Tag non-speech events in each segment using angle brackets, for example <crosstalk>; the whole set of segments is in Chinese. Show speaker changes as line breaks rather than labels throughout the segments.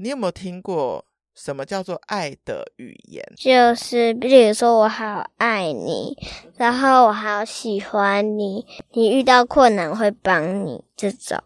你有没有听过什么叫做爱的语言？
就是比如说我好爱你，然后我好喜欢你，你遇到困难会帮你这种。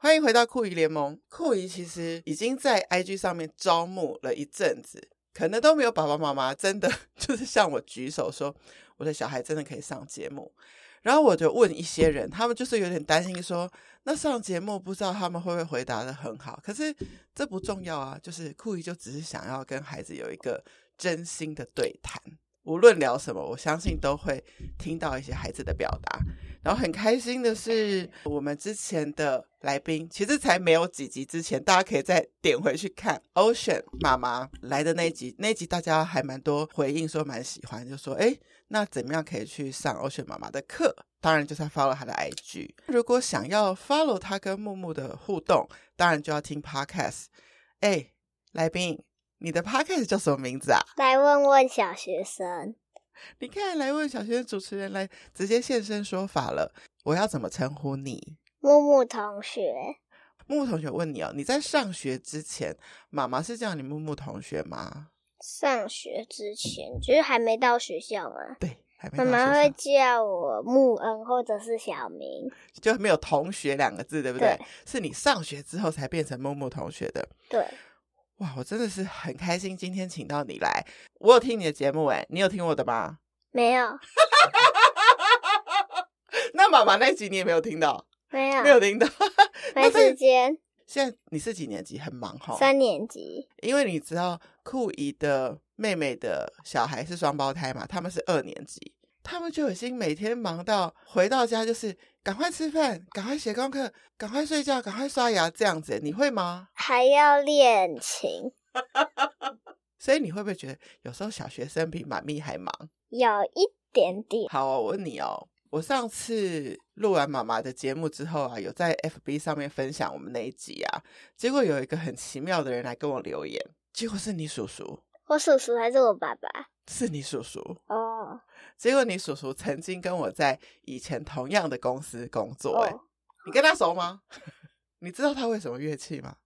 欢迎回到酷鱼联盟。酷鱼其实已经在 IG 上面招募了一阵子，可能都没有爸爸妈妈真的 <laughs> 就是向我举手说我的小孩真的可以上节目。然后我就问一些人，他们就是有点担心说，那上节目不知道他们会不会回答的很好。可是这不重要啊，就是酷鱼就只是想要跟孩子有一个真心的对谈，无论聊什么，我相信都会听到一些孩子的表达。然后很开心的是，我们之前的来宾其实才没有几集之前，大家可以再点回去看 Ocean 妈妈来的那一集，那一集大家还蛮多回应说蛮喜欢，就说诶，那怎么样可以去上 Ocean 妈妈的课？当然就是 follow 她的 IG。如果想要 follow 她跟木木的互动，当然就要听 podcast。诶，来宾，你的 podcast 叫什么名字啊？
来问问小学生，
你看，来问小学生主持人来直接现身说法了。我要怎么称呼你？
木木同学，
木木同学问你哦，你在上学之前，妈妈是叫你木木同学吗？
上学之前就是还没到学校嘛，
对，还没
妈
到
妈
学
会
校
叫我木恩或者是小明。
就没有同学两个字，对不对？
对
是你上学之后才变成木木同学的。
对，
哇，我真的是很开心，今天请到你来。我有听你的节目，哎，你有听我的吗？
没有，嗯
那妈妈那集你也没有听到，
没
没有
有，
听到。 <laughs>
没
那这哦
时间。
现在你是几年级？很忙哈。
三年级，
因为你知道酷姨的妹妹的小孩是双胞胎嘛，他们是二年级，他们就已经每天忙到回到家就是赶快吃饭，赶快写功课，赶快睡觉，赶快刷牙这样子。你会吗？
还要练琴，
所以你会不会觉得有时候小学生比妈咪还忙？
有一点点。
好、哦，我问你哦，我上次录完妈妈的节目之后啊，有在 FB 上面分享我们那一集啊，结果有一个很奇妙的人来跟我留言，结果是你叔叔，
我叔叔还是我爸爸
是你叔叔。
哦
结果你叔叔曾经跟我在以前同样的公司工作、欸，
哦，
你跟他熟吗？ <laughs> 你知道他会什么乐器吗？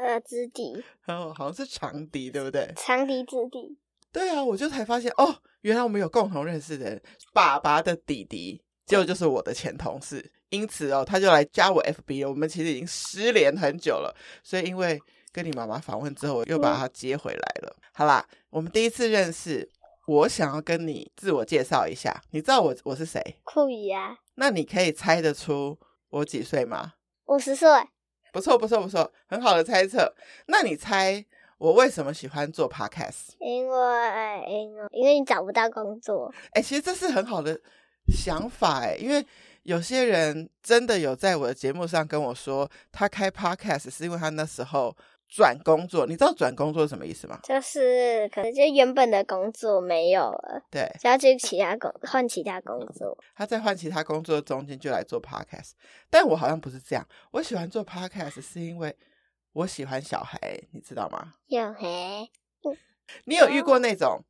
呃，直笛，
哦，好像是长笛，对不对？
长笛直笛，
对啊，我就才发现哦，原来我们有共同认识的人，爸爸的弟弟，结果就是我的前同事。因此哦，他就来加我 FB，我们其实已经失联很久了，所以因为跟你妈妈访问之后，我又把他接回来了。好啦，我们第一次认识，我想要跟你自我介绍一下，你知道我我是谁？
酷姨啊，
那你可以猜得出我几岁吗？
五十岁，
不错，不错，不错，很好的猜测。那你猜我为什么喜欢做 podcast？
因为因为因为你找不到工作，
哎、其实这是很好的想法哎、因为有些人真的有在我的节目上跟我说，他开 podcast 是因为他那时候转工作。你知道转工作是什么意思吗？
就是可能就原本的工作没有了，
对，
就要去其他工换其他工作。
他在换其他工作中间就来做 podcast，但我好像不是这样。我喜欢做 podcast 是因为我喜欢小孩，你知道吗？
有嘿，
你有遇过那种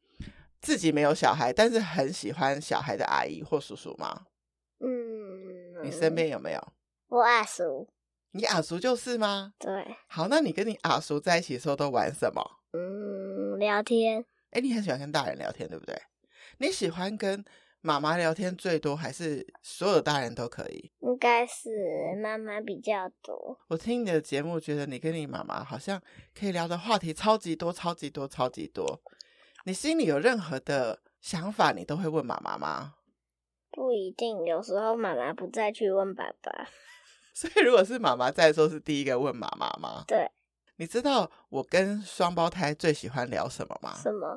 自己没有小孩，但是很喜欢小孩的阿姨或叔叔吗？
嗯，
你身边有没有？
我阿叔
你阿叔就是吗？
对，
好，那你跟你阿叔在一起的时候都玩什么？
嗯，聊天
哎，你很喜欢跟大人聊天，对不对？你喜欢跟妈妈聊天最多，还是所有大人都可以？
应该是妈妈比较多。
我听你的节目，觉得你跟你妈妈好像可以聊的话题超级多、超级多、超级多。你心里有任何的想法，你都会问妈妈吗？
不一定，有时候妈妈不再去问爸爸。
啊 <laughs> 所以如果是妈妈在的时候，是第一个问妈妈吗？
对，
你知道我跟双胞胎最喜欢聊什么吗？
什么？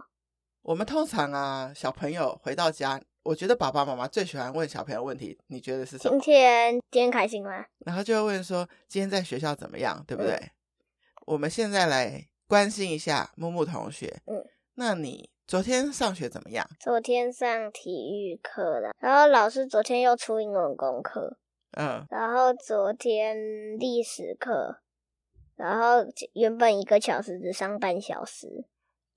我们通常啊，小朋友回到家，我觉得爸爸妈妈最喜欢问小朋友问题，你觉得是什
今
么？
天今天开心吗？
然后就会问说今天在学校怎么样，对不对？
嗯
我们现在来关心一下木木同学，
嗯，
那你昨天上学怎么样？
昨天上体育课了，然后老师昨天又出英文功课，
嗯，
然后昨天历史课，然后原本一个小时只上半小时，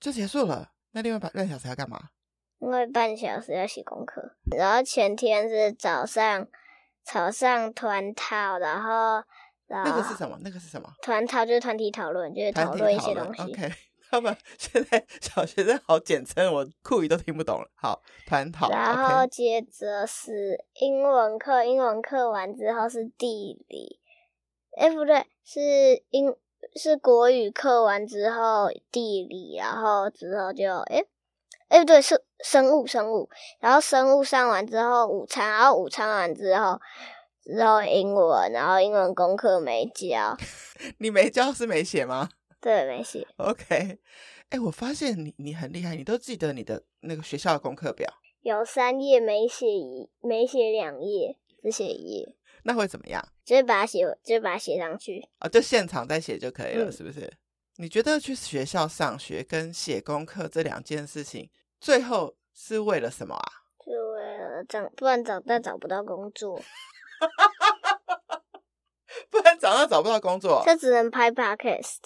就结束了。那另外半半小时要干嘛？
因为半小时要写功课。然后前天是早上早上团讨，然后然
那个是
后
什么？那个是什么？
团讨就是团体讨论，就是
团
讨
体
论一
讨
些
论
东西。
OK，他 <laughs> 们现在小学生好简称，我酷语都听不懂了。好，团讨。
然后
OK，
接着是英文课，英文课完之后是地理，哎不对，是英是国语课完之后地理，然后之后就哎哎不对是生物生物，然后生物上完之后午餐，然后午餐完之后之后英文，然后英文功课没交，
你没教是没写吗
对没写，
？OK，哎、我发现你你很厉害，你都记得你的那个学校的功课表，
有三页没写一没写两页，只写一页，
那会怎么样？
就是把它写就是把它写上去。
哦，就现场再写就可以了，
嗯
是不是？你觉得去学校上学跟写功课这两件事情，最后是为了什么啊？ <laughs>
是为了长，不然长大找不到工作，
不然找到找不到工作，
这只能拍 podcast。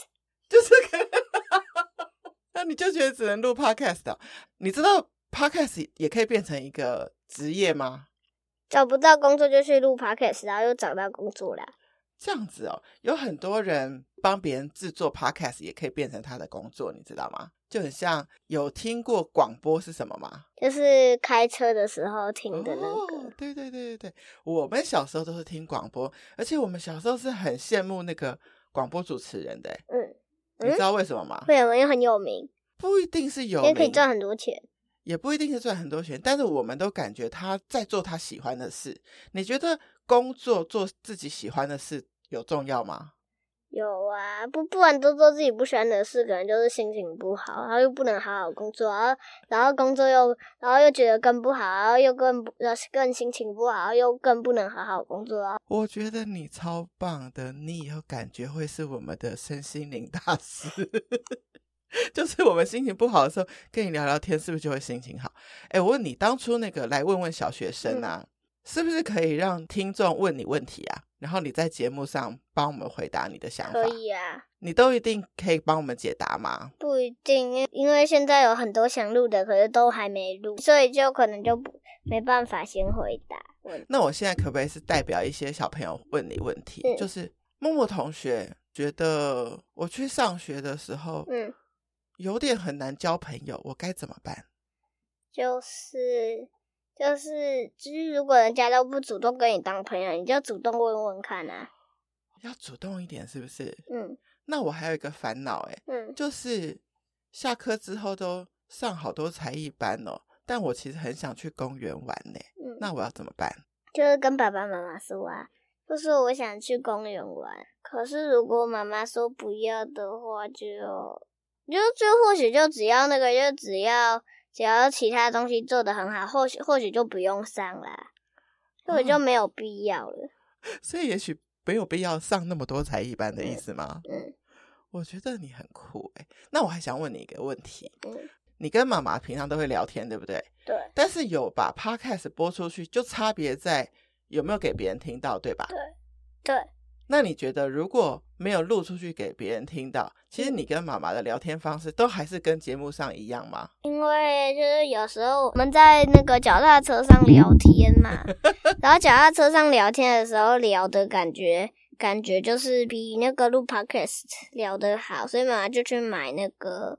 就是可能，那你就觉得只能录 podcast 哦。你知道 podcast 也可以变成一个职业吗？
找不到工作就去录 podcast，然后又找到工作啦。
这样子哦，有很多人帮别人制作 podcast 也可以变成他的工作，你知道吗？就很像有听过广播是什么吗？
就是开车的时候听的那个，
哦。对对对对对，我们小时候都是听广播，而且我们小时候是很羡慕那个广播主持人的欸。
嗯，
你知道为什么吗？
会有人又很有名，
不一定是有
因为
名，
可以赚很多钱。
也不一定是赚很多钱，但是我们都感觉他在做他喜欢的事。你觉得工作做自己喜欢的事有重要吗？
有啊，不不然都做自己不喜欢的事，可能就是心情不好，然后又不能好好工作，然后然后工作又然后又觉得更不好，然后又更不然后更心情不好，然后又更不能好好工作，然后
我觉得你超棒的，你以后感觉会是我们的身心灵大师。 <laughs> 就是我们心情不好的时候，跟你聊聊天，是不是就会心情好？哎，我问你，当初那个来问问小学
嗯
生啊，是不是可以让听众问你问题啊？然后你在节目上帮我们回答你的想法
可，以啊。
你都一定可以帮我们解答吗？
不一定，因因为现在有很多想录的，可是都还没录，所以就可能就不没办法先回答。
那我现在可不可以是代表一些小朋友问你问题？
嗯
就是默默同学觉得我去上学的时候，
嗯，
有点很难交朋友，我该怎么办？
就是就是，就是如果人家都不主动跟你当朋友，你就主动问问看啊。
要主动一点，是不是？
嗯
那我还有一个烦恼，哎，
嗯，
就是下课之后都上好多才艺班哦，但我其实很想去公园玩呢，
嗯
那我要怎么办？ <laughs>
就是跟爸爸妈妈说啊，就说我想去公园玩，可是如果妈妈说不要的话就，就就或许就只要那个，就只要只要其他东西做得很好，或许或许就不用上啦，所以我就
哦
没有必要了。
所以也许没有必要上那么多才艺班的意思吗？
嗯
我觉得你很酷哎。那我还想问你一个问题，
嗯，
你跟妈妈平常都会聊天，对不对？
对
但是有把 podcast 播出去，就差别在有没有给别人听到，对吧？
对，
那你觉得如果没有录出去给别人听到，其实你跟妈妈的聊天方式都还是跟节目上一样吗？
因为就是有时候我们在那个脚踏车上聊天
<laughs>
嘛，然后脚踏车上聊天的时候聊的感觉，感觉就是比那个录 podcast <laughs> 聊的好，所以妈妈就去买那个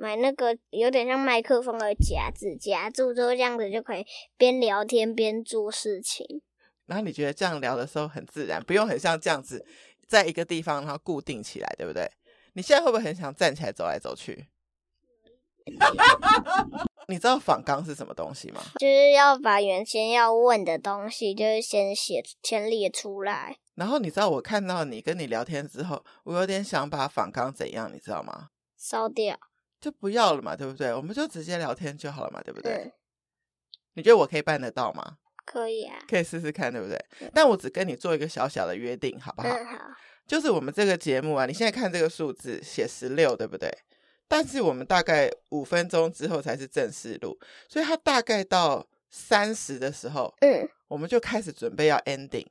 买那个有点像麦克风的夹子，夹住之后这样子就可以边聊天边做事情。
然后你觉得这样聊的时候很自然，不用很像这样子，在一个地方然后固定起来，对不对？你现在会不会很想站起来走来走去？ <laughs> 你知道仿纲是什么东西吗？
就是要把原先要问的东西，就是先写先列出来。
然后你知道我看到你跟你聊天之后，我有点想把仿纲怎样，你知道吗？
烧掉，
就不要了嘛，对不对？我们就直接聊天就好了嘛，对不对？
嗯，
你觉得我可以办得到吗？
可以啊，
可以试试看，对不对
嗯？
但我只跟你做一个小小的约定，好不好？
嗯，好，
就是我们这个节目啊，你现在看这个数字写十六，对不对？但是我们大概五分钟之后才是正式录，所以它大概到三十的时候，
嗯
我们就开始准备要 ending。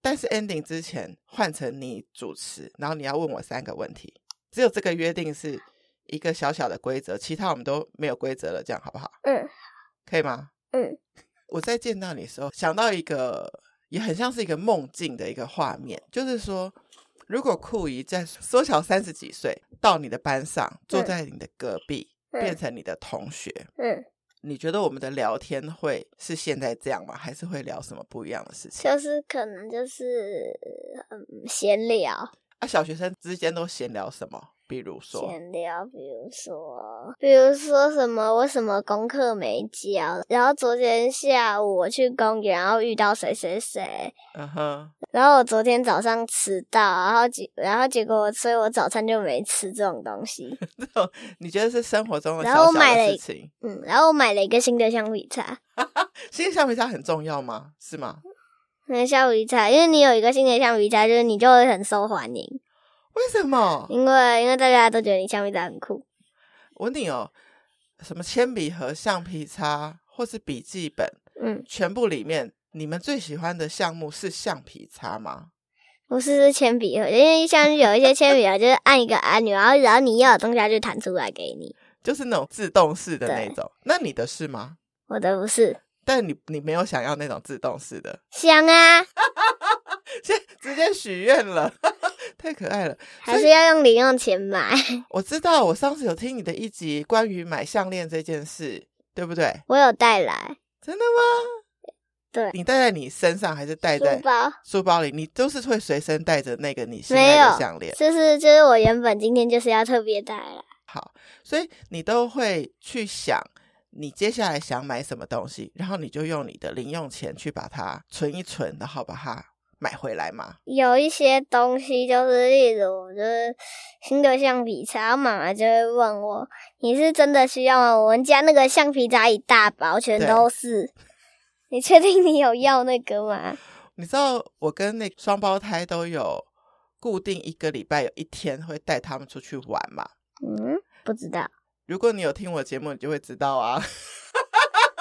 但是 ending 之前换成你主持，然后你要问我三个问题，只有这个约定是一个小小的规则，其他我们都没有规则了，这样好不好？
嗯
可以吗？
嗯，
我在见到你的时候，想到一个也很像是一个梦境的一个画面，就是说，如果酷姨在缩小三十几岁到你的班上，坐在你的隔壁，
嗯
变成你的同学，
嗯，
你觉得我们的聊天会是现在这样吗？还是会聊什么不一样的事情？
就是可能就是嗯闲聊，
啊，小学生之间都闲聊什么？比如说，
闲聊，比如说，比如说什么我什么功课没交，然后昨天下午我去公园，然后遇到谁谁谁，
嗯哼，
然后我昨天早上迟到，然后结然后结果我所以我早餐就没吃这种东西，
这种你觉得是生活中的小
然后
小
我买
的
了
事
一
情？
嗯，然后我买了一个新的橡皮擦。
新橡皮擦很重要吗？是吗？
那橡皮擦，因为你有一个新的橡皮擦，就是你就会很受欢迎，
为什么？
因为因为大家都觉得你橡皮擦很酷。
我问你哦，什么铅笔盒、橡皮擦或是笔记本，
嗯，
全部里面你们最喜欢的项目是橡皮擦吗？
不是是铅笔盒，因 <laughs> 为像是有一些铅笔盒就是按一个按钮，然后然后你要的东西它就弹出来给你。
就是那种自动式的那
对
种。那你的是吗？
我的不是，
但你你没有想要那种自动式的，
香啊，
现在直接许愿了， <laughs> 太可爱了。
还是要用零用钱买。 <laughs>
我知道，我上次有听你的一集关于买项链这件事，对不对？
我有带来
真的吗？
对
你戴在你身上还是戴
书
在
包，
书包里？你都是会随身带着那个你心
没
爱
有
的项链，，
就是就是我原本今天就是要特别带来。
所以你都会去想你接下来想买什么东西，然后你就用你的零用钱去把它存一存，然后把它买回来嘛。
有一些东西就是，例如就是新的橡皮擦，妈妈就会问我：“你是真的需要吗？”我们家那个橡皮擦一大包，全都是。你确定你有要那个吗？
你知道我跟那双胞胎都有固定一个礼拜有一天会带他们出去玩嘛。
嗯，不知道。
如果你有听我节目，你就会知道啊。 <laughs>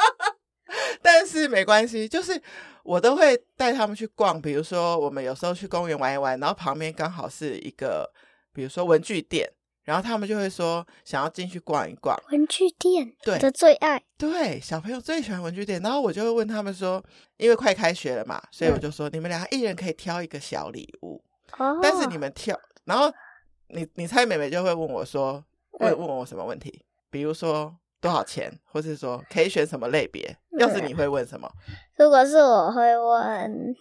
但是没关系，就是我都会带他们去逛，比如说我们有时候去公园玩一玩，然后旁边刚好是一个，比如说文具店，然后他们就会说想要进去逛一逛。
文具店，
对
我的最爱。
对，小朋友最喜欢文具店，然后我就会问他们说，因为快开学了嘛，所以我就说你们俩一人可以挑一个小礼物，
哦，
但是你们挑，然后你你猜妹妹就会问我说，问
嗯
问我什么问题？比如说多少钱，或是说可以选什么类别？要是你会问什么？
如果是我会问，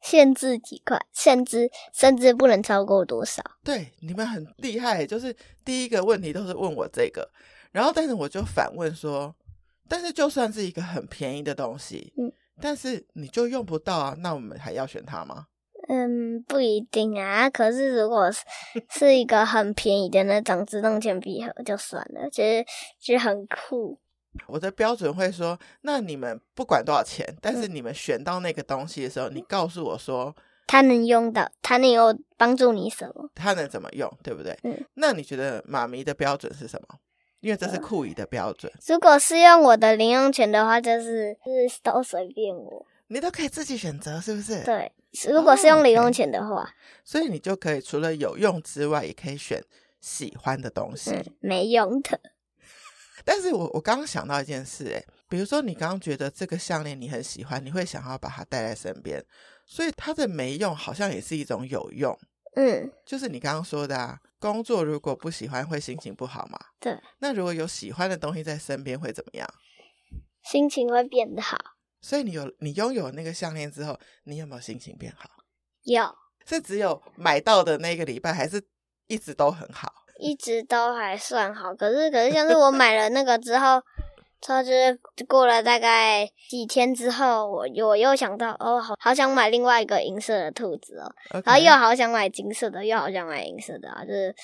限制几块，限制甚至不能超过多少。
对，你们很厉害，欸就是第一个问题都是问我这个，然后但是我就反问说，但是就算是一个很便宜的东西，
嗯
但是你就用不到啊，那我们还要选它吗？
嗯，不一定啊。可是如果是
<laughs>
是一个很便宜的那种自动铅笔盒就算了，就是就是很酷。
我的标准会说，那你们不管多少钱，但
嗯
是你们选到那个东西的时候，你告诉我说
它能用到，它能有帮助你什么？
它能怎么用，对不对？
嗯呃
那你觉得妈咪的标准是什么？因为这是酷姨的标准，
如果是用我的零用钱的话，就是就是都随便我。
你都可以自己选择，是不是？
对，如果是用零用
哦 OK
钱的话，
所以你就可以除了有用之外，也可以选喜欢的东西。
嗯，没用的。
但是我我刚刚想到一件事、欸，比如说你刚刚觉得这个项链你很喜欢，你会想要把它带在身边，所以它的没用好像也是一种有用，
嗯，
就是你刚刚说的啊，工作如果不喜欢会心情不好嘛。
对，
那如果有喜欢的东西在身边会怎么样？
心情会变得好。
所以你有你拥有那个项链之后，你有没有心情变好？
有，
是只有买到的那个礼拜，还是一直都很好？
一直都还算好。可是可是像是我买了那个之后，之后就是过了大概几天之后，我我又想到哦，好好想买另外一个银色的兔子哦，
OK
然后又好想买金色的，又好想买银色的啊，就是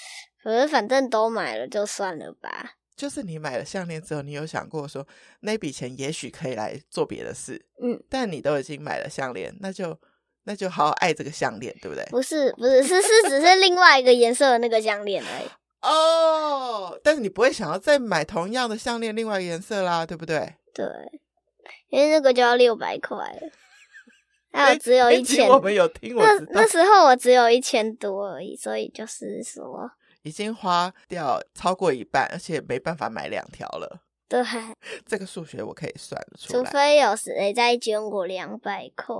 可是反正都买了就算了吧。
就是你买了项链之后，你有想过说那笔钱也许可以来做别的事，
嗯，
但你都已经买了项链，那就那就好好爱这个项链，对不对？
不是不是是是只是另外一个颜色的那个项链而已。
哦但是你不会想要再买同样的项链，另外一个颜色啦，对不对？
对，因为那个就要六百块了。还有只有
诶
一
哎其
千
实，我们有听，我
那
知道
那时候我只有一千多而已，所以就是说，
已经花掉超过一半，而且没办法买两条了。 <laughs>
对，
这个数学我可以算得出
除
来。
非有谁再捐我两百块，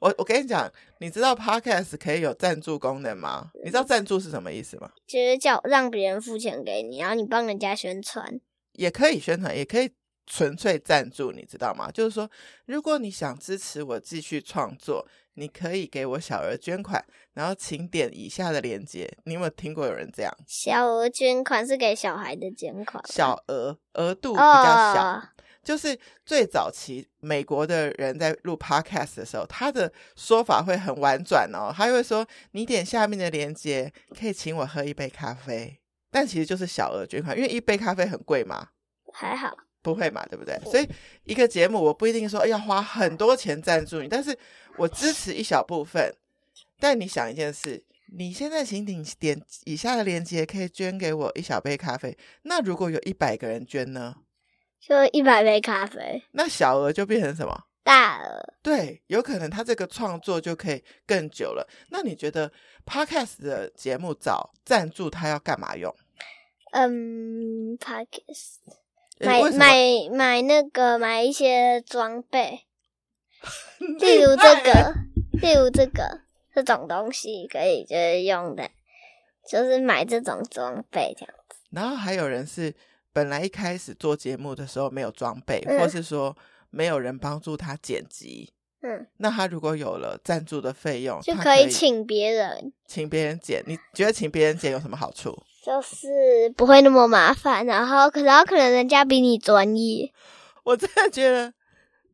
我我跟你讲，你知道 Podcast 可以有赞助功能吗？你知道赞助是什么意思吗？
就是叫让别人付钱给你，然后你帮人家宣传。
也可以宣传，也可以纯粹赞助，你知道吗？就是说，如果你想支持我继续创作，你可以给我小额捐款，然后请点以下的链接。你有没有听过有人这样？
小额捐款是给小孩的捐款吗，
小额额度比较小，
哦，
就是最早期美国的人在录 podcast 的时候，他的说法会很婉转哦，他会说：“你点下面的链接，可以请我喝一杯咖啡。”但其实就是小额捐款，因为一杯咖啡很贵嘛，
还好，
不会嘛，对不对？所以一个节目我不一定说哎要花很多钱赞助你，但是我支持一小部分。但你想一件事，你现在请你点以下的链接，可以捐给我一小杯咖啡。那如果有一百个人捐呢？
就一百杯咖啡，
那小额就变成什么？
大额
对，有可能他这个创作就可以更久了。那你觉得 podcast 的节目找赞助他要干嘛用？
嗯 p a c k e s
诶
买
为什么 <laughs>
买买那个买一些装备， <laughs> 例
厉
如这
害欸
个，例如这个这种东西可以就是用的，就是买这种装备这样。
<laughs> 然后还有人是本来一开始做节目的时候没有装备，
嗯
或是说没有人帮助他剪辑。
嗯，
那他如果有了赞助的费用，
就
他
可
哦可
以请别人，
请别人剪。你觉得请别人剪有什么好处？
就是不会那么麻烦。然后，可然后可能人家比你专业，
我真的觉得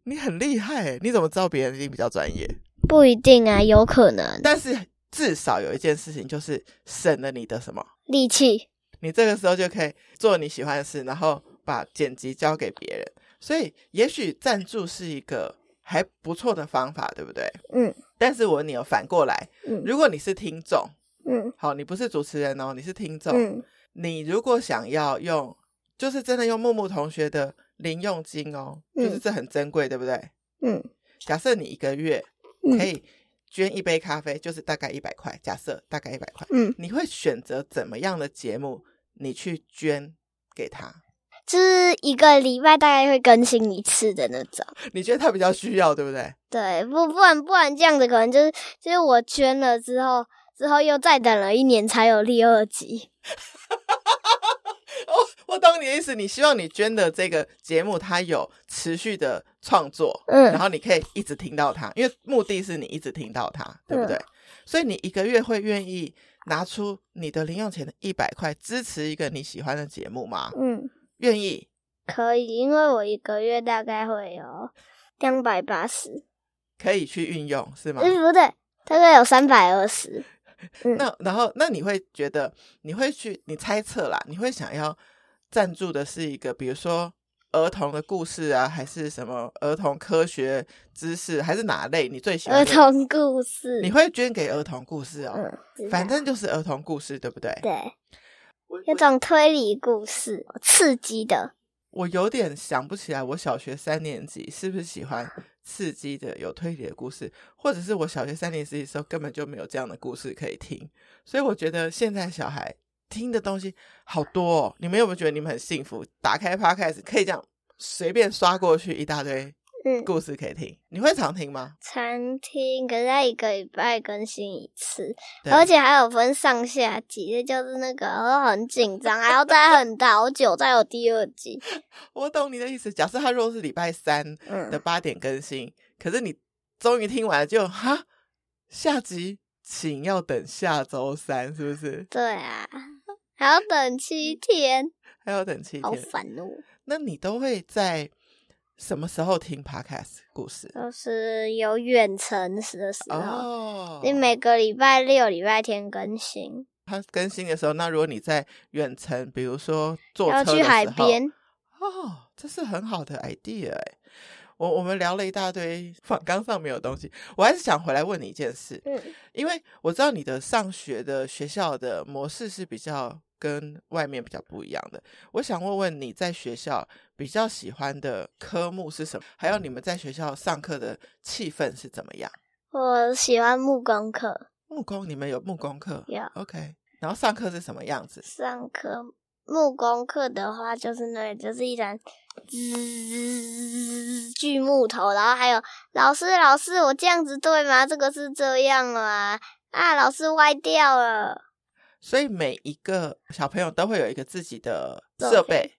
你很厉害欸，你怎么知道别人一定比较专业？
不一定啊，有可能
但是至少有一件事情就是省了你的什么？
力气。
你这个时候就可以做你喜欢的事，然后把剪辑交给别人。所以，也许赞助是一个还不错的方法，对不对？
嗯。
但是我你有反过来，
嗯
如果你是听众，
嗯
好，你不是主持人哦，你是听众，
嗯，
你如果想要用，就是真的用木木同学的零用金哦，就是
嗯
这很珍贵，对不对？
嗯
假设你一个月
嗯
可以捐一杯咖啡，就是大概一百块，假设大概一百块，
嗯，
你会选择怎么样的节目你去捐给他？
就是一个礼拜大概会更新一次的那种。
你觉得他比较需要，对不对？
对，不不然不然这样子可能就是就是我捐了之后，之后又再等了一年才有第二集。
哦，我懂你的意思，你希望你捐的这个节目它有持续的创作，然
嗯
后你可以一直听到它，因为目的是你一直听到它，对不对？所以你一个月会愿意拿出你的零用钱的一百块支持一个你喜欢的节目吗？
嗯，
愿意。
可以，因为我一个月大概会有两百八十，
可以去运用是吗？
嗯不对，大概有三百二十。嗯
那然后那你会觉得你会去你猜测啦，你会想要赞助的是一个比如说儿童的故事啊，还是什么儿童科学知识，还是哪类你最喜欢
儿
的？
童故事，
你会捐给儿童故事哦，
嗯，知道
反正就是儿童故事，对不对？
对，
我我
有种推理故事，刺激的。
我有点想不起来，我小学三年级是不是喜欢刺激的、有推理的故事，或者是我小学三年级的时候根本就没有这样的故事可以听，所以我觉得现在小孩听的东西好多哦。你们有没有觉得你们很幸福？打开 Podcast 可以这样随便刷过去一大堆
嗯，
故事可以听，你会常听吗？
餐厅可是它一个礼拜更新一次，
对
而且还有分上下集，这就是那个我很紧张， <laughs> 还要待很好久再有第二集。
我懂你的意思。假设他如果是礼拜三的
嗯，
八点更新，可是你终于听完了就哈下集。请要等下周三，是不是？
对啊，还要等七天，
还要等七
好
天。
烦哦。
那你都会在什么时候听 podcast 故事？
呃就是有远程的时候，
哦，
你每个礼拜六、礼拜天更新，
它更新的时候，那如果你在远程，比如说坐
要
车的
去海
时候
边，
哦，这是很好的 idea 哎。我我们聊了一大堆访纲上没有东西，我还是想回来问你一件事，
嗯，
因为我知道你的上学的学校的模式是比较跟外面比较不一样的。我想问问你在学校比较喜欢的科目是什么？还有你们在学校上课的气氛是怎么样？
我喜欢木工课，
木工，你们有木工课
有
？OK，然后上课是什么样子？
上课木工课的话，就是那就是一盏滋滋锯木头，然后还有老师老师，我这样子对吗？这个是这样啊啊，老师歪掉了，
所以每一个小朋友都会有一个自己的
设
设备。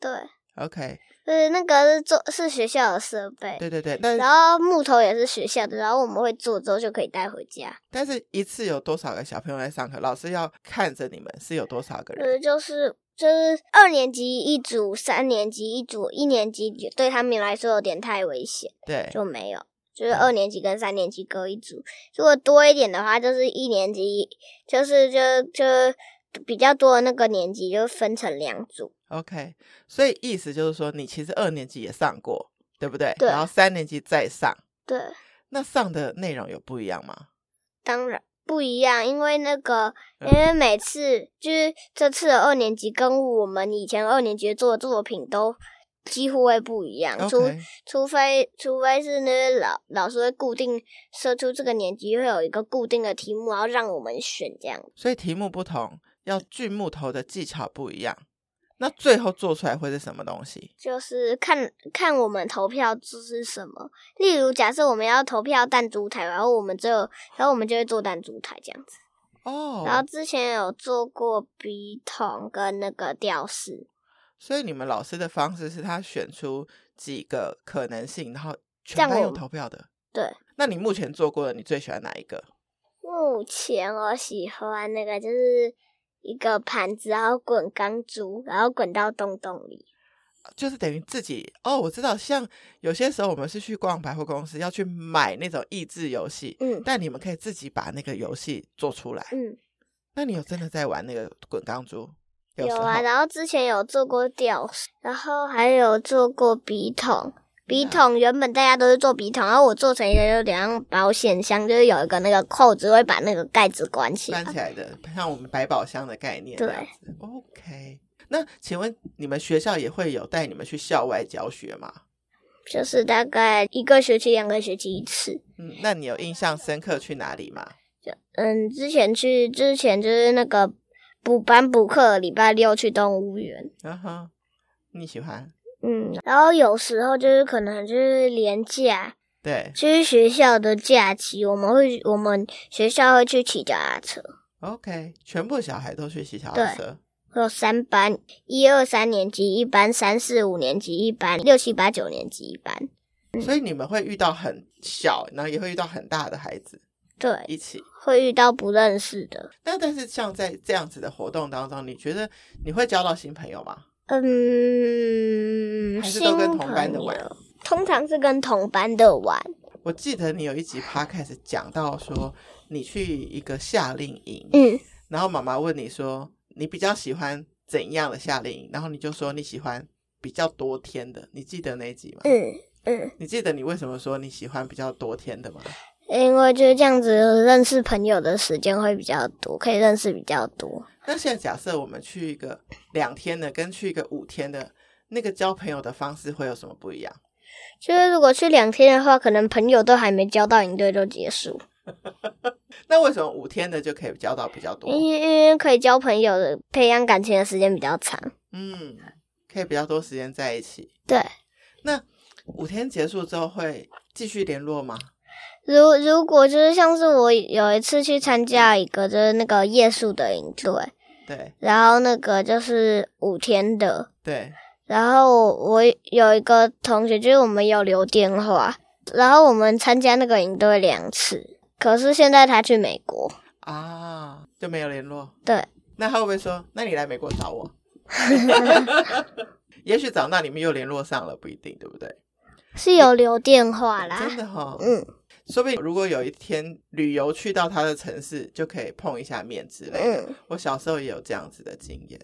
对，
OK，
就是那个是做是学校的设备，
对对对，但
然后木头也是学校的，然后我们会做之后就可以带回家。
但是一次有多少个小朋友在上课？老师要看着你们是有多少个人。
呃，就是就是二年级一组，三年级一组，一年级也对他们来说有点太危险，
对，
就没有。就是二年级跟三年级各一组，如果多一点的话，就是一年级，就是就就比较多的那个年级就分成两组。
OK，所以意思就是说，你其实二年级也上过，对不对？
对
然后三年级再上，
对，
那上的内容有不一样吗？
当然不一样，因为那个，因
嗯
为每次就是这次的二年级跟我们以前二年级做的作品都几乎会不一样，除
OK，
除非除非是那些老老师会固定设出这个年级会有一个固定的题目，然后让我们选这样。
所以题目不同，要锯木头的技巧不一样，那最后做出来会是什么东西？
就是看看我们投票是什么，例如假设我们要投票弹珠台，然后我们就然后我们就会做弹珠台这样子。
哦、
然后之前有做过笔筒跟那个吊饰，
所以你们老师的方式是他选出几个可能性，然后
这
全
样
班
我
用
们
投票的。
对。
那你目前做过的，你最喜欢哪一个？
目前我喜欢那个就是一个盘子，然后滚钢珠，然后滚到洞洞里。
就是等于自己哦，我知道，像有些时候我们是去逛百货公司要去买那种益智游戏，
嗯
但你们可以自己把那个游戏做出来。
嗯，
那你有真的在玩那个滚钢珠？时
有
候
啊，然后之前有做过吊饰，然后还有做过笔筒。
嗯
笔筒原本大家都是做笔筒，然后我做成一个有点像保险箱，就是有一个那个扣子会把那个盖子关起来
关。起来的，像我们百宝箱的概念这
啊对
样子。OK，那请问你们学校也会有带你们去校外教学吗？
就是大概一个学期、两个学期一次。
嗯，那你有印象深刻去哪里吗？
嗯，之前去之前就是那个补班补课，礼拜六去动物园。
嗯哼，你喜欢？
嗯，然后有时候就是可能就是连假，
对
就是学校的假期，我们会我们学校会去骑脚踏车。
，OK，全部小孩都去骑小
对
车。
有三班，一二三年级一班，三四五年级一班，六七八九年级一班。嗯
所以你们会遇到很小，然后也会遇到很大的孩子
对，
一起。
会遇到不认识的。
那但是像在这样子的活动当中，你觉得你会交到新朋友吗？
嗯，
还是
新
都跟
朋友
同班的玩
通常是跟同班的玩。
我记得你有一集 podcast 讲到说，你去一个夏令营，
嗯，
然后妈妈问你说你比较喜欢怎样的夏令营，然后你就说你喜欢比较多天的。你记得那一集吗？
嗯嗯，
你记得你为什么说你喜欢比较多天的吗？
因为就是这样子，认识朋友的时间会比较多，可以认识比较多。
那现在假设我们去一个两天的，跟去一个五天的，那个交朋友的方式会有什么不一样？
就是如果去两天的话，可能朋友都还没交到，你队就结束。
那为什么五天的就可以交到比较多？
因为因为可以交朋友的、培养感情的时间比较长。
嗯，可以比较多时间在一起。
对，
那五天结束之后会继续联络吗？
如如果就是像是我有一次去参加一个就是那个夜宿的营队，
对
然后那个就是五天的，
对，
然后我我有一个同学，就是我们有留电话，然后我们参加那个营队两次，可是现在他去美国，
啊，就没有联络。
对，
那他会不会说，那你来美国找我？ <laughs> 也许长大你们又联络上了，不一定，对不对？
是有留电话啦，
真的哈、
嗯
说不定如果有一天旅游去到他的城市，就可以碰一下面之类的。
嗯，
我小时候也有这样子的经验。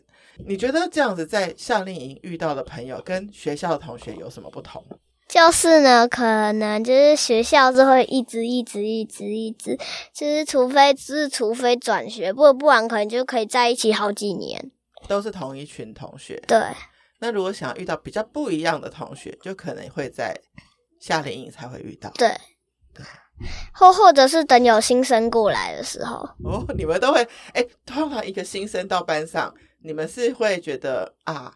你觉得这样子在夏令营遇到的朋友跟学校的同学有什么不同？
就是呢，可能就是学校是会一直一直一直一直，就是除非是除非转学，不不然可能就可以在一起好几年，
都是同一群同学。
对。
那如果想要遇到比较不一样的同学，就可能会在夏令营才会遇到。
对，或或者是等有新生过来的时候，
哦，你们都会哎，通常一个新生到班上，你们是会觉得啊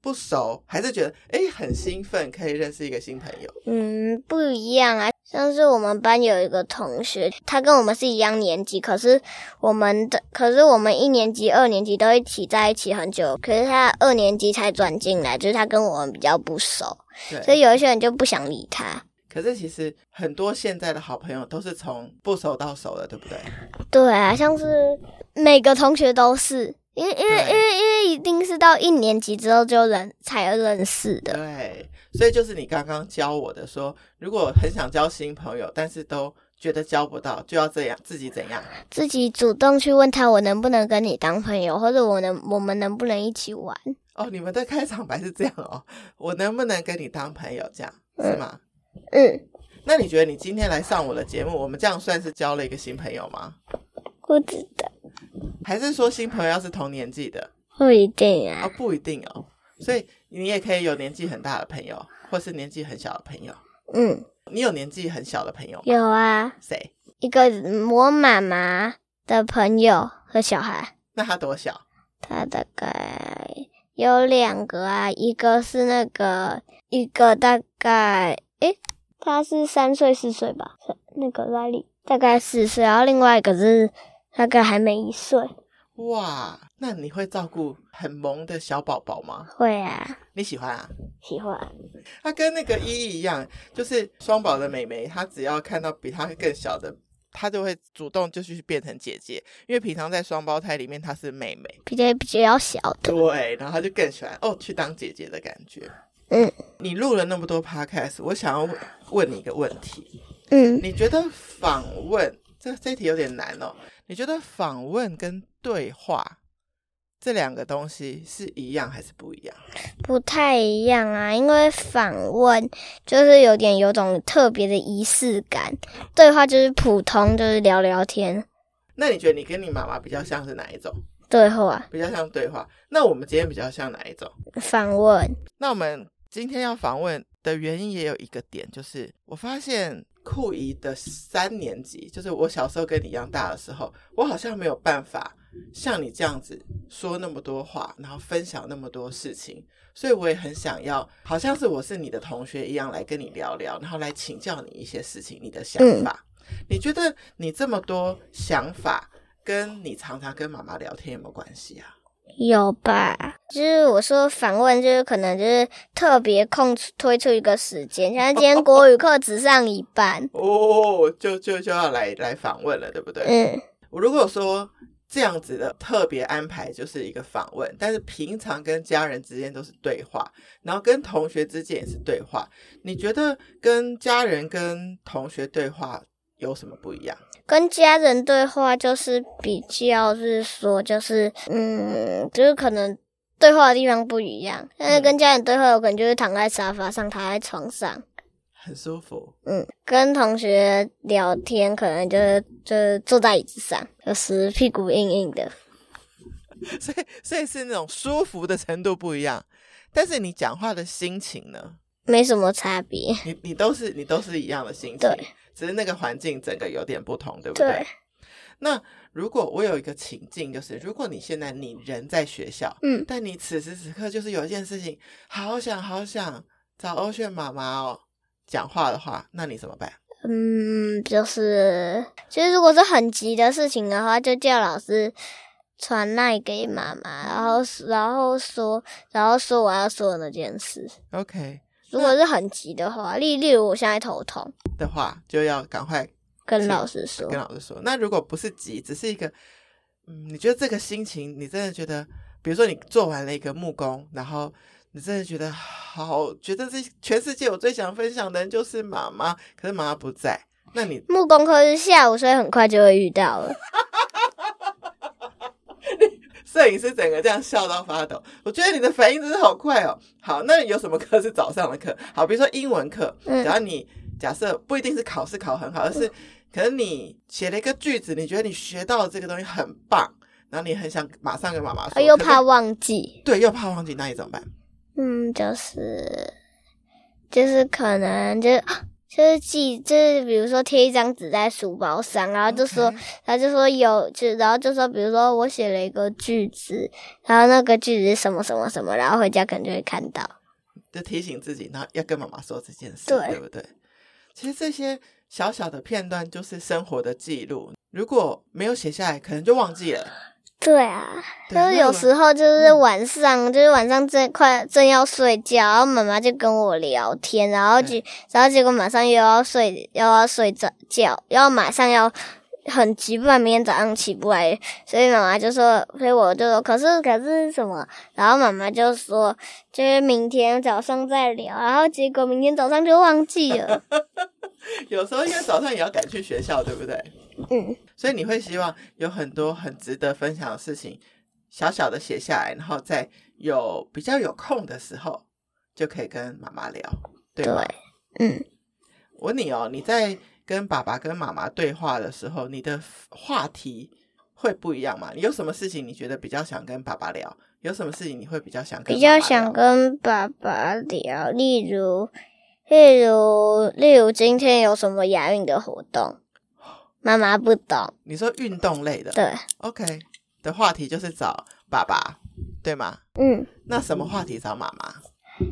不熟，还是觉得哎很兴奋，可以认识一个新朋友？
嗯，不一样啊。像是我们班有一个同学，他跟我们是一样年级，可是我们的，可是我们一年级、二年级都一起在一起很久，可是他二年级才转进来，就是他跟我们比较不熟，所
对。
以有一些人就不想理他。
可是其实很多现在的好朋友都是从不熟到熟的，对不对？
对啊，像是每个同学都是，因为因为
对
因为因为一定是到一年级之后就认才认识的。
对，所以就是你刚刚教我的说，如果很想交新朋友，但是都觉得交不到，就要这样自己怎样？
自己主动去问他，我能不能跟你当朋友，或者我能我们能不能一起玩？
哦，你们的开场白是这样哦，我能不能跟你当朋友？这样是吗？
嗯，
那你觉得你今天来上我的节目，我们这样算是交了一个新朋友吗？
不知道，
还是说新朋友要是同年纪的？
不一定
哦，
啊。
不一定哦。所以你也可以有年纪很大的朋友，或是年纪很小的朋友。
嗯，
你有年纪很小的朋友吗？
有啊，
谁？
一个嗯我妈妈的朋友和小孩，
那他多小？
他大概有两个啊，一个是那个，一个大概诶，他是三岁四岁吧，是那个莱利大概四岁，然后另外一个是大概还没一岁。
哇，那你会照顾很萌的小宝宝吗？
会啊，
你喜欢啊？
喜欢。
他跟那个依依一样，就是双宝的妹妹，她只要看到比她更小的，她就会主动就去变成姐姐，因为平常在双胞胎里面她是妹妹，
比较比较小的，
对，然后她就更喜欢哦去当姐姐的感觉。
嗯
你录了那么多 podcast，我想要问问你一个问题，
嗯，
你觉得访问这这题有点难哦？你觉得访问跟对话这两个东西是一样还是不一样？
不太一样啊，因为访问就是有点有种特别的仪式感，对话就是普通，就是聊聊天
那你觉得你跟你妈妈比较像是哪一种？
对话。
比较像对话？那我们今天比较像哪一种？
访问
那我们今天要访问的原因也有一个点，就是我发现酷姨的三年级，就是我小时候跟你一样大的时候，我好像没有办法像你这样子说那么多话，然后分享那么多事情，所以我也很想要，好像是我是你的同学一样来跟你聊聊，然后来请教你一些事情，你的想法。你觉得你这么多想法，跟你常常跟妈妈聊天有没有关系啊？，
有吧？就是我说访问，就是可能就是特别空出推出一个时间，像今天国语课只上一半
哦，就就就要来来访问了，对不对？
嗯，
我如果说这样子的特别安排就是一个访问，但是平常跟家人之间都是对话，然后跟同学之间也是对话。你觉得跟家人跟同学对话有什么不一样？
跟家人对话就是比较是说，就是嗯，就是可能对话的地方不一样，但是跟家人对话，我可能就是躺在沙发上，躺在床上，
很舒服，
嗯，跟同学聊天，可能就是就是坐在椅子上，就是屁股硬硬的，
<laughs> 所以所以是那种舒服的程度不一样。但是你讲话的心情呢？
没什么差别。
你你都是你都是一样的心情
对，
只是那个环境整个有点不同，对不
对，
那如果我有一个情境，就是如果你现在你人在学校，
嗯
但你此时此刻就是有一件事情，好想好想找欧炫妈妈哦讲话的话，那你怎么办？
嗯，就是其实如果是很急的事情的话，就叫老师传赖给妈妈，然后
嗯
然后说然后说我要说的那件事。
？OK
如果是很急的话，例例如我现在头痛，
的话，就要赶快
跟老师说
跟，老师说。那如果不是急，只是一个，嗯，你觉得这个心情，你真的觉得，比如说你做完了一个木工，然后你真的觉得好，觉得这全世界我最想分享的人就是妈妈，可是妈妈不在，那你
木工课是下午，所以很快就会遇到了。
摄影师整个这样笑到发抖。我觉得你的反应真是好快哦。好，那有什么课是早上的课？好，比如说英文课，
嗯
只要你假设不一定是考试考很好，而是可能你写了一个句子，你觉得你学到的这个东西很棒，然后你很想马上跟妈妈
啊，
说，
又
可
怕
是
忘记，
对，又怕忘记，那你怎么办？
嗯，就是就是可能就是、啊 <gasps> 就是记，就是比如说贴一张纸在书包上，然后啊就说
OK
他就说有，就然后就说，比如说我写了一个句子，然后那个句子是什么什么什么，然后回家可能就会看到。
就提醒自己，然后要跟妈妈说这件事，
对
不对？其实这些小小的片段就是生活的记录，如果没有写下来，可能就忘记了。
对啊，
对
就是
那
有
我
时候就是
嗯
晚上，就是晚上正快正要睡觉，然后妈妈就跟我聊天，然后就然后结果马上又要睡，又要睡着觉，然后马上要很急，不然明天早上起不来，所以妈妈就说，所以我就说，可是可是什么？然后妈妈就说，就是明天早上再聊，然后结果明天早上就忘记了。 <laughs>
有时候因为早上也要赶去学校，对不对？
嗯，
所以你会希望有很多很值得分享的事情，小小的写下来，然后在有比较有空的时候，就可以跟妈妈聊，对
对
吗？
嗯，
我问你哦，你在跟爸爸跟妈妈对话的时候，你的话题会不一样吗？你有什么事情你觉得比较想跟爸爸聊？有什么事情你会比较想跟
比较
妈妈聊
想跟爸爸聊，例如，例如，例如今天有什么亚运的活动，妈妈不懂，
你说运动类的
对，
，OK 的话题就是找爸爸，对吗？
嗯，
那什么话题找妈妈？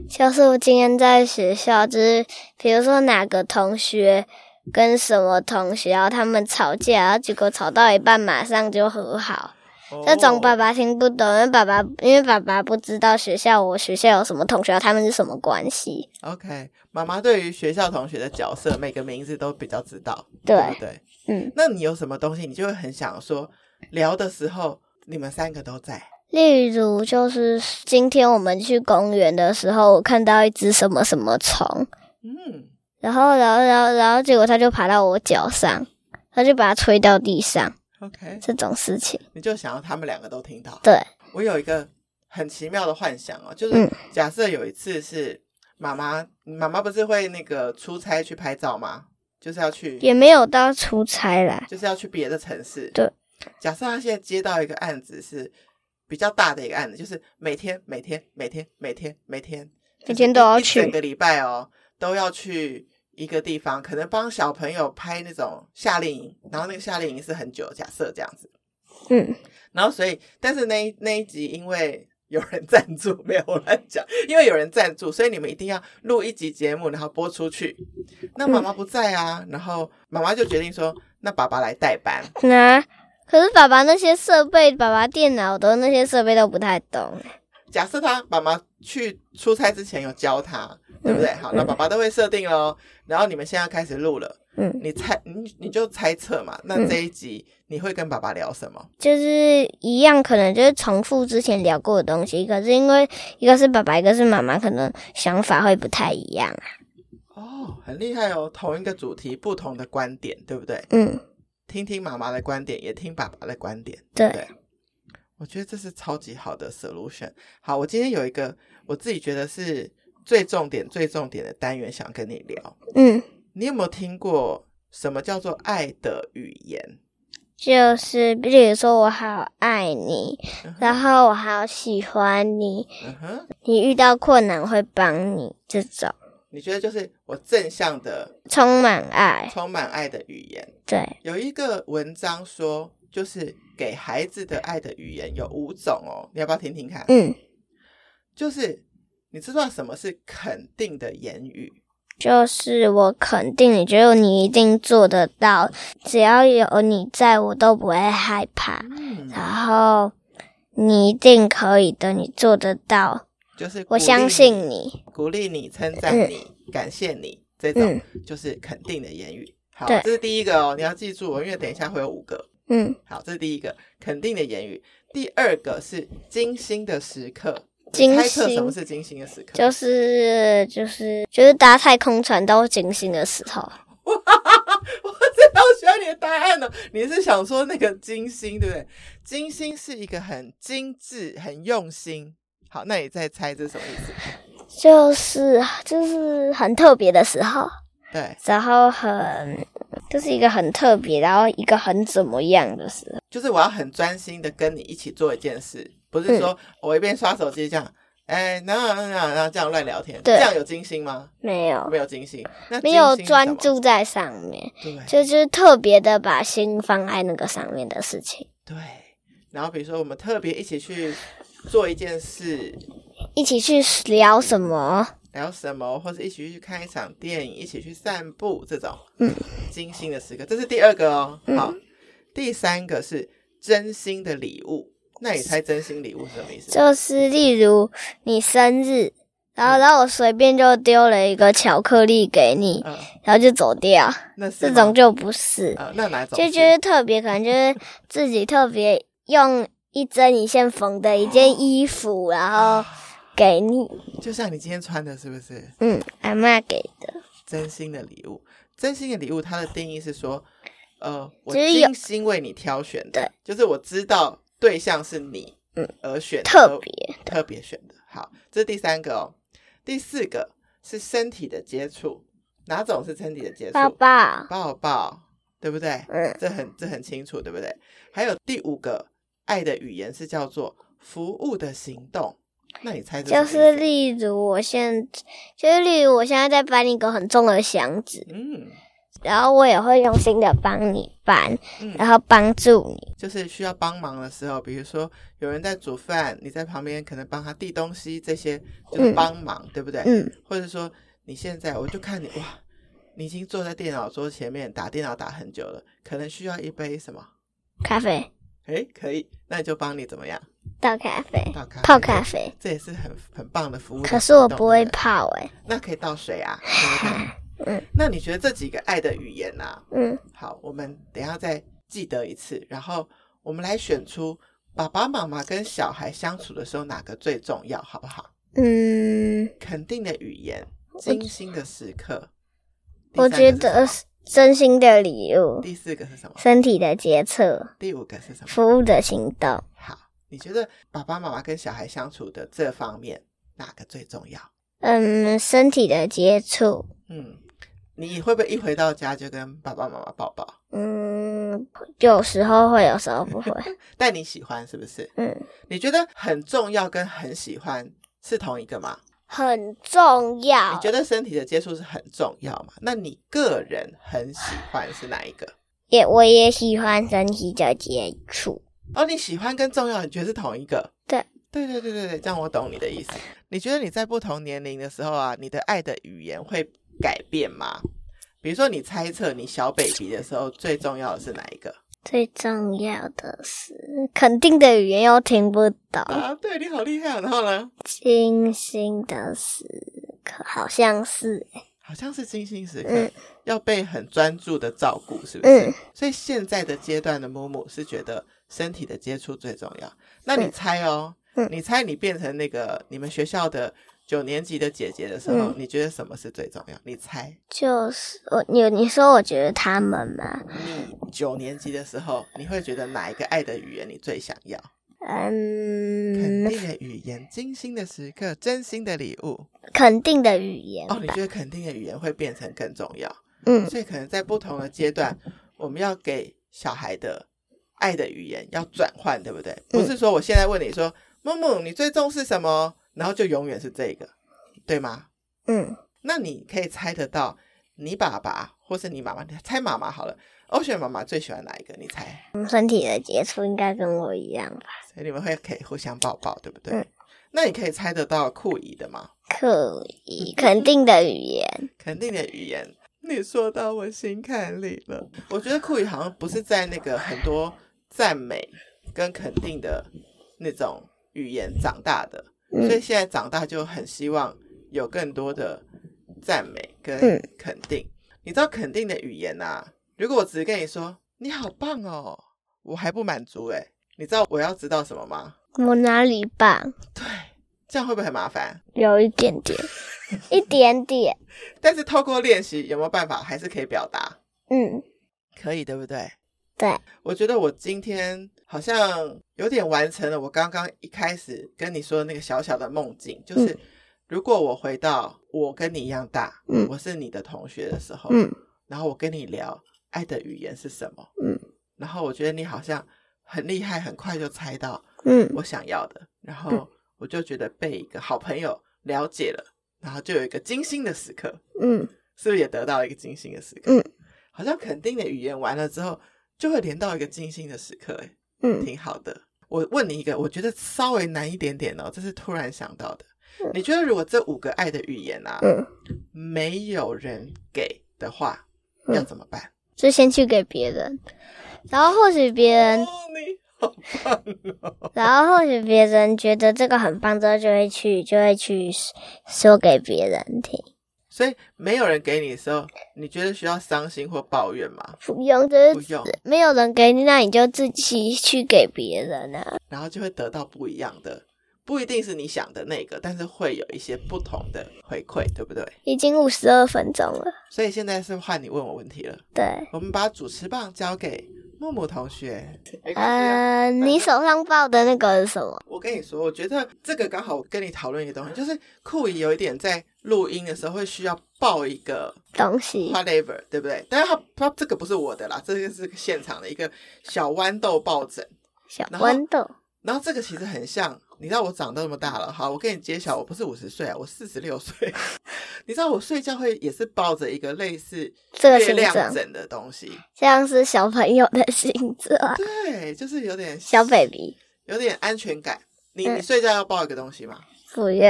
就是我今天在学校，就是比如说哪个同学跟什么同学，然后他们吵架，然后结果吵到一半马上就和好，这种爸
哦
爸听不懂，因为爸爸因为爸爸不知道学校我学校有什么同学，他们是什么关系，
OK，妈妈对于学校同学的角色，每个名字都比较知道，
对
不对？
嗯。
那你有什么东西，你就会很想说，聊的时候你们三个都在，
例如，就是今天我们去公园的时候，我看到一只什么什么虫，
嗯，
然后，然后，然后，然后，结果它就爬到我脚上，它就把它吹到地上，
OK，
这种事情。
你就想要他们两个都听到。
对，
我有一个很奇妙的幻想哦，就是
嗯
假设有一次是妈妈，妈妈不是会那个出差去拍照吗？就是要去，
也没有到出差啦。
就是要去别的城市。
对，
假设他现在接到一个案子是比较大的一个案子，就是每天每天每天每天每天
每天都要
就是一一整
去
个礼拜哦，都要去一个地方，可能帮小朋友拍那种夏令营，然后那个夏令营是很久，假设这样子。
嗯，
然后所以，但是那一那一集因为有人赞助，没有我乱讲，因为有人赞助，所以你们一定要录一集节目，然后播出去。那妈妈不在啊，然后妈妈就决定说，那爸爸来代班。
那、可是爸爸那些设备，爸爸电脑的那些设备都不太懂。
假设他爸爸去出差之前有教他，对不对？好，那爸爸都会设定喽。然后你们现在开始录了，
嗯，
你猜你你就猜测嘛。那这一集你会跟爸爸聊什么？
就是一样，可能就是重复之前聊过的东西，可是因为一个是爸爸，一个是妈妈，可能想法会不太一样。啊
哦，很厉害哦，同一个主题不同的观点，对不对？
嗯，
听听妈妈的观点，也听爸爸的观点，
对
不对？我觉得这是超级好的 solution。好，我今天有一个我自己觉得是最重点、最重点的单元，想跟你聊。
嗯。
你有没有听过什么叫做爱的语言？
就是例如说，我好爱你，然后我好喜欢你，
嗯哼，
你遇到困难会帮你，这种
你觉得就是我正向的、
充满爱。
充满爱的语言？
对，
有一个文章说，就是给孩子的爱的语言有五种哦，你要不要听听看？
嗯，
就是你知道什么是肯定的言语？
就是我肯定你，觉得你一定做得到，只要有你在，我都不会害怕。
嗯
然后你一定可以的，你做得到，
就是鼓
我
励
相信，你。
鼓励你，称赞
嗯
你，感谢你，这种
嗯
就是肯定的言语。好，
对
这是第一个哦，你要记住哦，因为等一下会有五个。
嗯，
好，这是第一个肯定的言语。第二个是精心的时刻，你
精
猜测什
心
么是精心的时刻？
就是就是就是搭太空船到金星的时候，
<laughs> 我知道需要你的答案了。你是想说那个精心，对不对？精心是一个很精致、很用心。好，那你再猜这是什么意思？
就是就是很特别的时候，
对，
然后很就是一个很特别，然后一个很怎么样的时候，嗯
就是我要很专心的跟你一起做一件事，不是说我一边刷手机这样。哎，那那那那这样乱聊天，
对
这样有精心吗？
没有
没有精心，那
没有
精心是什
专
么，
注在上面，
对
就就是特别的把心放在那个上面的事情，
对。然后比如说我们特别一起去做一件事，
一起去聊什么，
聊什么，或者一起去看一场电影，一起去散步，这
<laughs>
种
嗯
精心的时刻，这是第二个哦。
嗯
好，第三个是真心的礼物。那你猜真心礼物是什么意思？
就是例如你生日，然后然后我随便就丢了一个巧克力给你，
嗯，
然后就走掉，
那是
这
吗
种就不是，
呃，那哪种
就觉
是
得特别，可能就是自己特别用一针一线缝的一
哦
件衣服，然后
啊
给你，
就像你今天穿的，是不是
嗯，阿妈给的。
真心的礼物？真心的礼物，它的定义是说，呃，我
就是有
精心为你挑选的，就是我知道对象是你，
嗯，
而选
特别
而特别选的。好，这是第三个哦。第四个是身体的接触，哪种是身体的接触？
抱抱，
抱抱，对不对？
嗯，
这很这很清楚，对不对？还有第五个，爱的语言是叫做服务的行动。那你猜这
就
什么
是
意思
例如我现，就是例如我现在在搬一个很重的箱子，
嗯
然后我也会用心的帮你搬，
嗯，
然后帮助你，
就是需要帮忙的时候，比如说有人在煮饭，你在旁边可能帮他递东西，这些就是
嗯
帮忙，对不对？
嗯，
或者说你现在我就看你哇，你已经坐在电脑桌前面打电脑打很久了，可能需要一杯什么？
咖啡，
诶，可以，那你就帮你怎么样
倒咖啡，
倒咖啡
泡咖啡，
这也是很很棒的服务的行动。
可是我不会
对对
泡哎、
那可以倒水啊，对不对？
<sighs> 嗯，
那你觉得这几个爱的语言啊？
嗯，
好，我们等一下再记得一次，然后我们来选出爸爸妈妈跟小孩相处的时候哪个最重要，好不好？
嗯，
肯定的语言，精心的时刻。第
我
三个
觉
是
得
什么
是真心的礼物，
第四个是什么？
身体的决策，
第五个是什么？
服务的行动，
好，你觉得爸爸妈妈跟小孩相处的这方面哪个最重要？
嗯，身体的接触，
嗯，你会不会一回到家就跟爸爸妈妈抱抱？
嗯，有时候会，有时候
<laughs>
不会，
但你喜欢是不是？
嗯。
你觉得很重要跟很喜欢是同一个吗？
很重
你
要。
觉得身体的接触是很重要吗？那你个人很喜欢是哪一个？
也我也喜欢身体的接触，
哦，你喜欢跟重要，你觉得是同一个？
对，
对对对对对，这样我懂你的意思。你觉得你在不同年龄的时候啊，你的爱的语言会改变吗？比如说，你猜测你小 baby 的时候，最重要的是哪一个？
最重要的是肯定的语言又听不懂，
啊，对你好厉害、哦。然后呢，
精心的时刻好像是，
好像是精心时刻、
嗯
要被很专注的照顾，是不是？
嗯，
所以现在的阶段的木木是觉得身体的接触最重要。那你猜哦，
嗯
你猜你变成那个你们学校的九年级的姐姐的时候，
嗯
你觉得什么是最重要？你猜
就是我你你说我觉得他们嘛，
你九年级的时候，你会觉得哪一个爱的语言你最想要？肯
嗯，
定的语言，精心的时刻，真心的礼物。
肯定的语言
哦，你
吧，
觉得肯定的语言会变成更重要？
嗯
所以可能在不同的阶段，我们要给小孩的爱的语言要转换，对不对？不是说我现在问你说，木木，你最重视什么？然后就永远是这个，对吗？
嗯，
那你可以猜得到，你爸爸或是你妈妈，你猜妈妈好了。欧雪妈妈最喜欢哪一个？你猜？
身体的接触应该跟我一样吧，
所以你们会可以互相抱抱，对不对？
嗯
那你可以猜得到酷姨的吗？
可以，肯定的语言，
肯定的语言，你说到我心坎里了。我觉得酷语好像不是在那个很多赞美跟肯定的那种语言长大的，所以
嗯
现在长大就很希望有更多的赞美跟
嗯
肯定。你知道肯定的语言呐、啊如果我只是跟你说你好棒哦，我还不满足诶、你知道我要知道什么吗？
我哪里棒？
对，这样会不会很麻烦？
有一点点，一点点，
但是透过练习有没有办法，还是可以表达，
嗯，
可以对不对？
对，
我觉得我今天好像有点完成了我刚刚一开始跟你说的那个小小的梦境，就是如果我回到我跟你一样大，
嗯
我是你的同学的时候，
嗯
然后我跟你聊爱的语言是什么，
嗯，
然后我觉得你好像很厉害，很快就猜到
嗯
我想要的，然后我就觉得被一个好朋友了解了，然后就有一个精心的时刻，
嗯
是不是也得到了一个精心的时刻？
嗯，
好像肯定的语言完了之后，就会连到一个精心的时刻、欸，
嗯，
挺好的。我问你一个，我觉得稍微难一点点哦，这是突然想到的
嗯。
你觉得如果这五个爱的语言啊，
嗯，
没有人给的话，
嗯
要怎么办？
就先去给别人，然后或许别
哦，
人，
你好棒哦！
然后或许别人觉得这个很棒之后，就会去就会去说给别人听。
所以没有人给你的时候，你觉得需要伤心或抱怨吗？
不用，就
不
是
用，
没有人给你，那你就自己去给别人啊。
然后就会得到不一样的，不一定是你想的那个，但是会有一些不同的回馈，对不对？
已经五十二分钟了，
所以现在是换你问我问题了，
对，
我们把主持棒交给木木同学。没关系啊
呃，你手上抱的那个是什么？
我跟你说，我觉得这个刚好跟你讨论一个东西，就是酷姨有一点在录音的时候会需要报一个
东西？
whatever，对不对？但是他他这个不是我的啦，这个是现场的一个小豌豆抱枕。
小
然后
豌豆。
然后这个其实很像，你知道我长到这么大了，好，我跟你揭晓，我不是五十岁啊，我四十六岁。 <laughs> 你知道我睡觉会也是抱着一个类似
这个
月
形
亮
状
枕的东西，
像是小朋友的性质啊，
对，就是有点
<laughs> 小 baby
有点安全感。你
嗯
你睡觉要抱一个东西吗？
不用。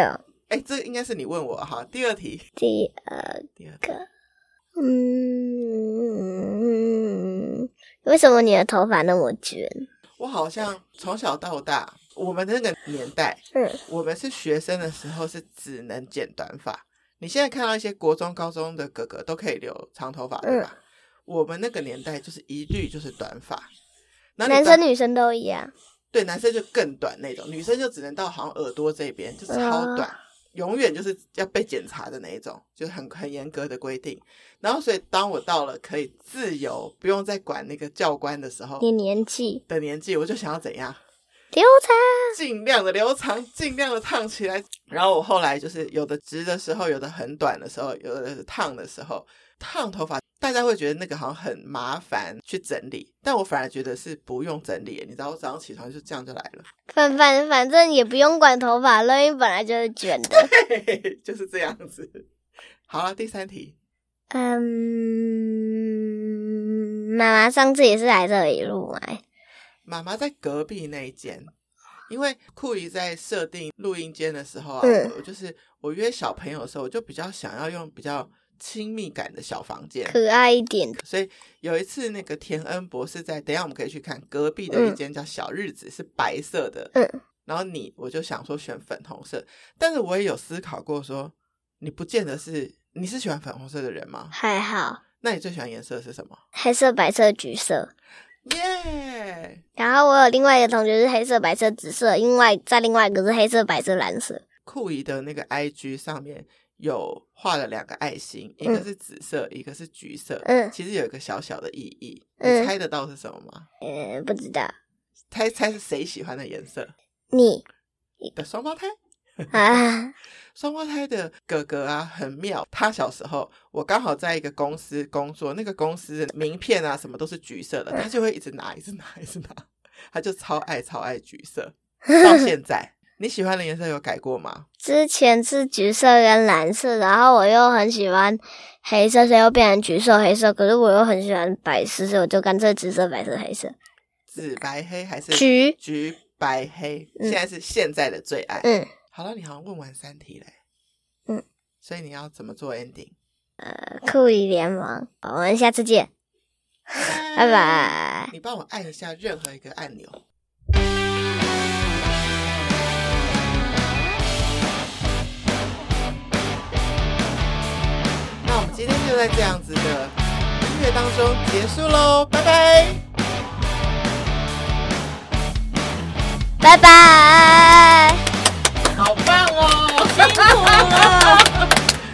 哎，这应该是你问我哈。第二题，
第二，
第二题
嗯，为什么你的头发那么卷？
我好像从小到大，我们那个年代，
嗯，
我们是学生的时候是只能剪短发。你现在看到一些国中、高中的哥哥都可以留长头发，对吧？
嗯
我们那个年代就是一律就是短发，然后你
男
短
生女生都一样。
对男生就更短那种，女生就只能到好像耳朵这边，就超
啊
短，永远就是要被检查的那一种，就是很很严格的规定。然后所以当我到了可以自由不用再管那个教官的时候
你年纪
的年纪，我就想要怎样？
丢叉，
尽量的留长，尽量的烫起来。然后我后来就是有的直的时候，有的很短的时候，有的是烫的时候，烫头发大家会觉得那个好像很麻烦去整理，但我反而觉得是不用整理。你知道，我早上起床就这样就来了，
反反反正也不用管头发了，因为本来就是卷的。 <laughs>
嘿嘿嘿， <laughs> 就是这样子。好了，第三题，
嗯，妈妈上次也是来这里录哎来，
妈妈在隔壁那一间，因为库里在设定录音间的时候啊，
嗯
我就是我约小朋友的时候，我就比较想要用比较亲密感的小房间，
可爱一点的。
所以有一次，那个田恩博士在，等一下我们可以去看隔壁的一间叫小日子，是白色的。
嗯，
然后你我就想说选粉红色，但是我也有思考过说，你不见得是你是喜欢粉红色的人吗？
还好，
那你最喜欢颜色是什么？
黑色、白色、橘色。
耶、
然后我有另外一个同学是黑色、白色、紫色，另外再另外一个是黑色、白色、蓝色。
酷姨的那个 IG 上面有画了两个爱心，一个是紫色，一个是橘色。
嗯
其实有一个小小的意义，
嗯
你猜得到是什么吗？
呃，不知道
猜猜是谁喜欢的颜色
你
<laughs> 的双胞胎？
啊，
双胞胎的哥哥啊，很妙。他小时候，我刚好在一个公司工作，那个公司的名片啊，什么都是橘色的，
嗯
他就会一直拿，一直拿，一直拿，他就超爱超爱橘色。到
<laughs>
现在，你喜欢的颜色有改过吗？
之前是橘色跟蓝色，然后我又很喜欢黑色，所以又变成橘色、黑色。可是我又很喜欢白色，所以我就干脆紫色、白色、黑色。
紫白黑还
<laughs>
是
橘
橘白黑？
嗯
现在是现在的最爱。
嗯，
好了，你好像问完三题嘞。
嗯，
所以你要怎么做 ending？
酷姨联盟，我们下次见，拜
拜。
拜。
你帮我按一下任何一个按钮。那我们今天就在这样子的音乐当中结束喽，拜拜。
拜拜。
好棒哦，辛苦
了，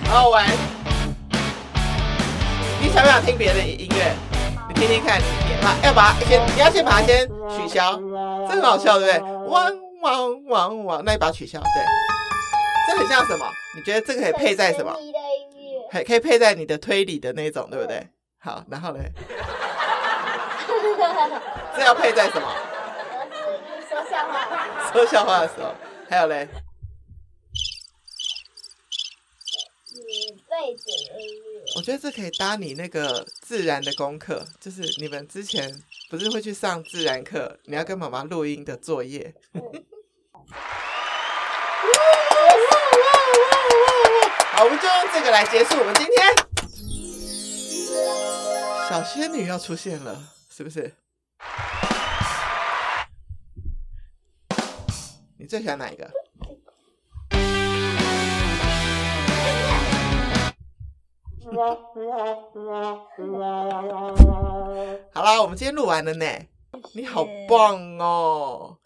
好好玩。你想不想听别的音乐？你听听看，你把要把它先，你要先把它先取消， <laughs> 这很好笑，对不对？汪汪汪汪，那你把它取消，对。这很像什么？你觉得这个可以配在什么？还可以配在你的推理的那种，对不对？好，然后嘞，
<laughs>
这要配在什么？说笑话的时候，还有嘞，
你背景音乐，
我觉得这可以搭你那个自然的功课，就是你们之前不是会去上自然课，你要跟妈妈录音的作业。好，我们就用这个来结束我们今天。小仙女要出现了，是不是？你最喜欢哪一个？好啦，我们今天录完了呢，你好棒哦！